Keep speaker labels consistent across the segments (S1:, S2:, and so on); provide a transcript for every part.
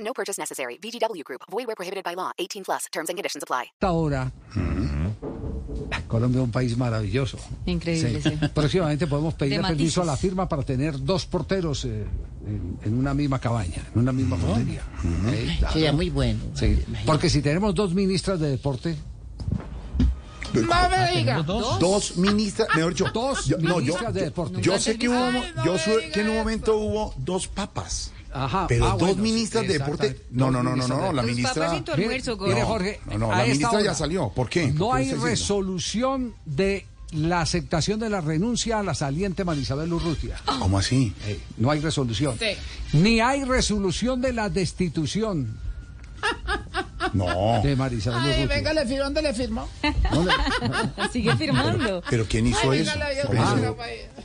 S1: No purchase necessary. VGW Group. Void where prohibited by law. 18 plus. Terms and conditions apply.
S2: Ahora, Colombia es un país maravilloso.
S3: Increíble, sí.
S2: Próximamente podemos pedirle
S3: De
S2: permiso a la
S3: matices.
S2: firma para tener dos porteros eh, en, en una misma cabaña, en una misma portería. Eh, claro.
S4: Sería muy bueno.
S2: Sí, Porque si tenemos dos ministras de deporte,
S3: No me diga.
S5: Dos, ministras, mejor dicho,
S2: Dos
S5: yo, no, yo,
S2: ministras de
S5: yo-
S2: deporte.
S5: yo
S3: Nunca
S5: sé que
S3: entendí.
S5: hubo,
S3: Ay, no
S5: yo
S3: me
S5: sé
S3: diga
S5: que en un
S3: eso.
S5: momento hubo dos papas.
S2: Ajá,
S5: Pero
S2: ah,
S5: dos
S2: bueno, sí,
S5: ministras de deporte.
S2: exactamente,
S5: No,
S2: dos
S5: no, no, no,
S2: ministras
S5: no,
S2: de
S5: no, la
S2: deporte.
S3: Tus
S5: ministra.
S3: papas y tu
S2: Mire,
S3: almuerzo,
S2: mire,
S3: gordo.
S2: Jorge,
S5: No, no,
S2: a
S5: la
S2: esta
S5: ministra ya
S2: hora
S5: salió. ¿Por qué? ¿Por
S2: No
S5: qué
S2: hay
S5: está diciendo?
S2: resolución de la aceptación de la renuncia a la saliente Marisabel Urrutia.
S3: Ah.
S5: ¿Cómo así?
S2: Eh, no hay resolución. Ni hay resolución de la destitución
S5: No.
S2: de Marisabel Urrutia.
S4: le firmó, ¿dónde le firmó?
S2: No le-
S3: Sigue firmando.
S5: ¿Pero quién hizo eso? ¿Cómo
S2: Ah,
S5: así?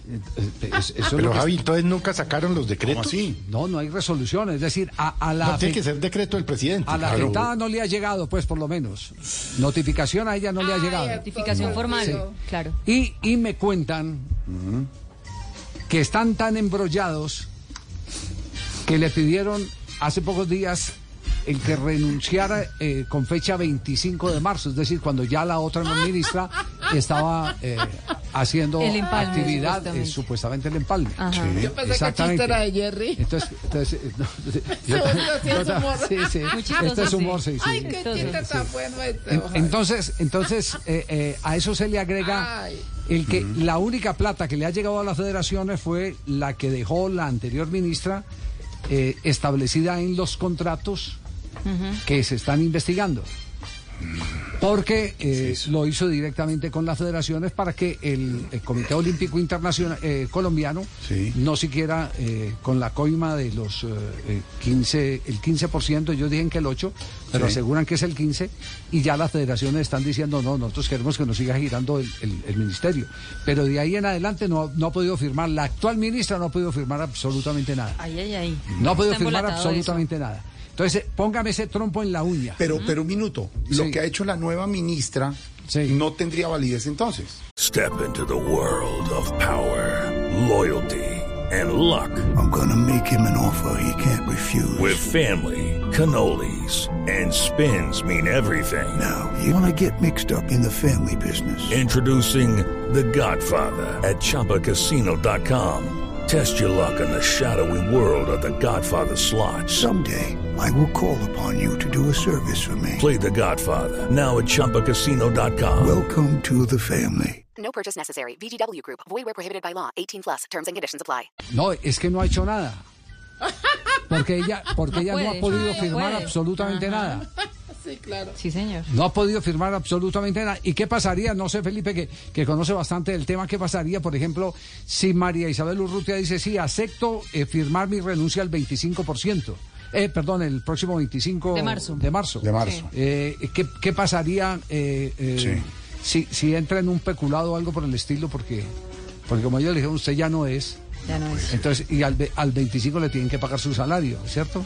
S2: eh, eh, es- eso es lo
S6: Pero
S2: que-
S6: Javi, entonces nunca sacaron los
S5: ¿Cómo
S6: decretos.
S5: así?
S2: No, no hay resolución. Es decir, a, a la,
S6: No, tiene
S2: afe-
S6: que ser decreto del presidente.
S2: a la
S6: Claro.
S2: afectada no le ha llegado, pues por lo menos. Notificación a ella no le ha llegado.
S3: Notificación formal. Claro.
S2: Y, y me cuentan que están tan embrollados que le pidieron hace pocos días el que renunciara eh, con fecha 25 de marzo, es decir, cuando ya la otra no ministra estaba eh, haciendo
S3: El empalme,
S2: actividad, eh,
S3: supuestamente.
S2: supuestamente el empalme.
S3: Ajá.
S5: Sí.
S2: Exactamente.
S4: Jerry.
S2: Entonces, entonces, eh, no, yo-
S4: sí, es
S2: yo-
S4: humor.
S2: sí, sí,
S3: Muy chistoso,
S2: este es
S3: sí.
S2: humor, sí, sí.
S3: Ay, qué Entonces, chiste
S4: tan bueno este.
S2: En- Entonces, entonces eh, eh, a eso se le agrega
S4: Ay.
S2: el que la única plata que le ha llegado a las federaciones fue la que dejó la anterior ministra eh, establecida en los contratos que se están investigando. Porque eh, lo hizo directamente con las federaciones para que el, el Comité Olímpico Internacional eh, colombiano
S5: Sí.
S2: no siquiera eh, con la coima de los eh, eh, 15, el 15%, ellos dicen que el 8, pero
S5: Sí.
S2: aseguran que es el 15, y ya las federaciones están diciendo, no, nosotros queremos que nos siga girando el, el- el ministerio. Pero de ahí en adelante no, no ha podido firmar, la actual ministra no ha podido firmar absolutamente nada.
S3: Ay, ay, ay.
S2: No ha podido
S3: Está
S2: firmar
S3: embolatado
S2: absolutamente nada. Entonces, eh, póngame ese trompo en la uña.
S5: Pero, pero un minuto. Lo
S2: Sí.
S5: que ha hecho la nueva ministra
S2: Sí.
S5: no tendría validez entonces.
S7: Step into the world of power, loyalty, and luck.
S8: I'm going to make him an offer he can't refuse.
S7: With family, cannolis, and spins mean everything.
S8: Now, you want to get mixed up in the family business.
S7: Introducing The Godfather at ChumbaCasino.com. Test your luck in the shadowy world of The Godfather slot.
S8: Someday, I will call upon you to do a service for me.
S7: Play The Godfather now at ChumbaCasino.com.
S8: Welcome to the family.
S1: No purchase necessary. VGW Group. Void where prohibited by law. 18 plus. Terms and conditions apply.
S2: No, es que no ha hecho nada. Porque ella, porque
S3: No
S2: ella no ha
S3: puede,
S2: podido
S3: no
S2: firmar
S3: puede.
S2: absolutamente
S3: Ajá.
S2: nada.
S3: eso. Sí, señor.
S2: No ha podido firmar absolutamente nada. ¿Y qué pasaría? No sé, Felipe, que, que conoce bastante del tema. ¿Qué pasaría, por ejemplo, si María Isabel Urrutia dice, sí, acepto eh, firmar mi renuncia al 25%? Eh, perdón, el próximo 25
S3: De marzo.
S2: De marzo.
S5: De marzo. Sí.
S2: Eh, ¿qué, qué pasaría eh, eh, si, si entra en un peculado o algo por el estilo? Porque, porque como yo le dije, usted ya no es.
S3: Ya no es.
S2: Entonces, y al, ve- al 25 le tienen que pagar su salario, ¿cierto?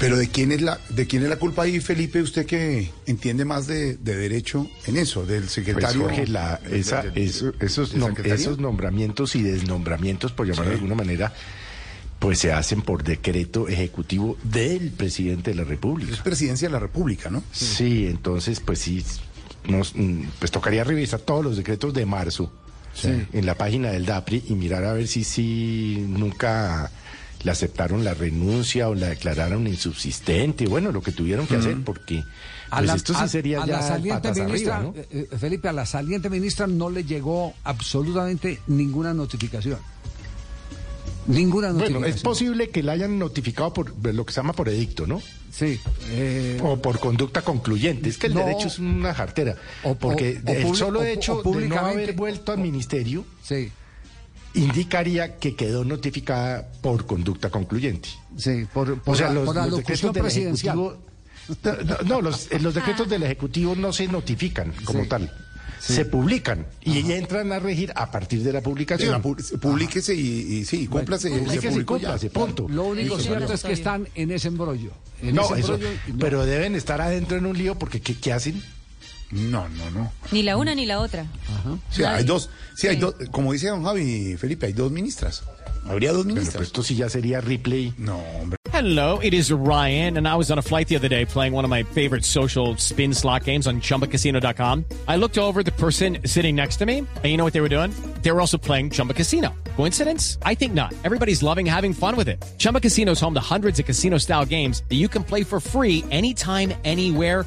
S5: Pero ¿de quién es la, de quién es la culpa ahí, Felipe? Usted que entiende más de, de derecho en eso, del
S6: Pues,
S5: secretario.
S6: Jorge, la-
S5: del-
S6: esa-
S5: del-
S6: eso- esos,
S5: del
S6: nom-
S5: secretario.
S6: esos nombramientos y desnombramientos, por llamarlo de alguna manera, pues se hacen por decreto ejecutivo del presidente de la
S5: Es
S6: República.
S5: presidencia de la República, ¿no?
S6: Sí, entonces, pues sí, nos, mm, pues tocaría revisar todos los decretos de marzo en la página del DAPRI y mirar a ver si sí nunca le aceptaron la renuncia o la declararon insubsistente, bueno, lo que tuvieron que hacer, porque
S2: A
S6: pues
S2: la-
S6: esto
S2: a-
S6: sí sería
S2: a
S6: ya
S2: la saliente
S6: patas arriba,
S2: ministra,
S6: ¿no?
S2: eh, eh, Felipe, a la saliente ministra no le llegó absolutamente ninguna notificación. Ninguna notificación.
S6: Bueno, es posible que la hayan notificado por lo que se llama por edicto, ¿no?
S2: Sí. eh,
S6: O por conducta concluyente. Es que el
S2: No.
S6: derecho es una jartera.
S2: O- o-
S6: porque
S2: o
S6: el
S2: publi-
S6: solo
S2: o- o
S6: hecho de no
S2: públicamente-
S6: haber vuelto al ministerio
S2: sí.
S6: indicaría que quedó notificada por conducta concluyente.
S2: Sí, por, por la, por la locución
S6: del
S2: presidencial.
S6: Ejecutivo- No, no, no, los, eh, los decretos del Ejecutivo no se notifican como
S2: Sí.
S6: tal. Se publican y entran a regir a partir de la
S5: De
S6: publicación.
S5: la pu- publiquese y, y sí, cúmplase.
S6: Publique
S5: se
S6: y
S5: publicó ya.
S6: cúmplase, punto.
S2: Lo único
S3: Eso es
S2: cierto es que
S3: obligatorio.
S2: están en ese embrollo. En
S6: No,
S2: ese
S6: eso,
S2: embrollo y no.
S6: pero deben estar adentro en un lío porque ¿qué, qué hacen?
S5: No, no, no.
S3: Ni la una ni la otra.
S5: O sea, hay dos, sí, hay dos, como dice don Javi, Felipe, hay dos ministras. Habría dos
S6: Pero pues
S5: ministras.
S6: esto sí ya sería replay.
S5: No, hombre.
S9: Hello, it is Ryan, and I was on a flight the other day playing one of my favorite social spin slot games on chumbacasino.com. I looked over at the person sitting next to me, and you know what they were doing? They were also playing Chumba Casino. Coincidence? I think not. Everybody's loving having fun with it. Chumba Casino is home to hundreds of casino style games that you can play for free anytime, anywhere,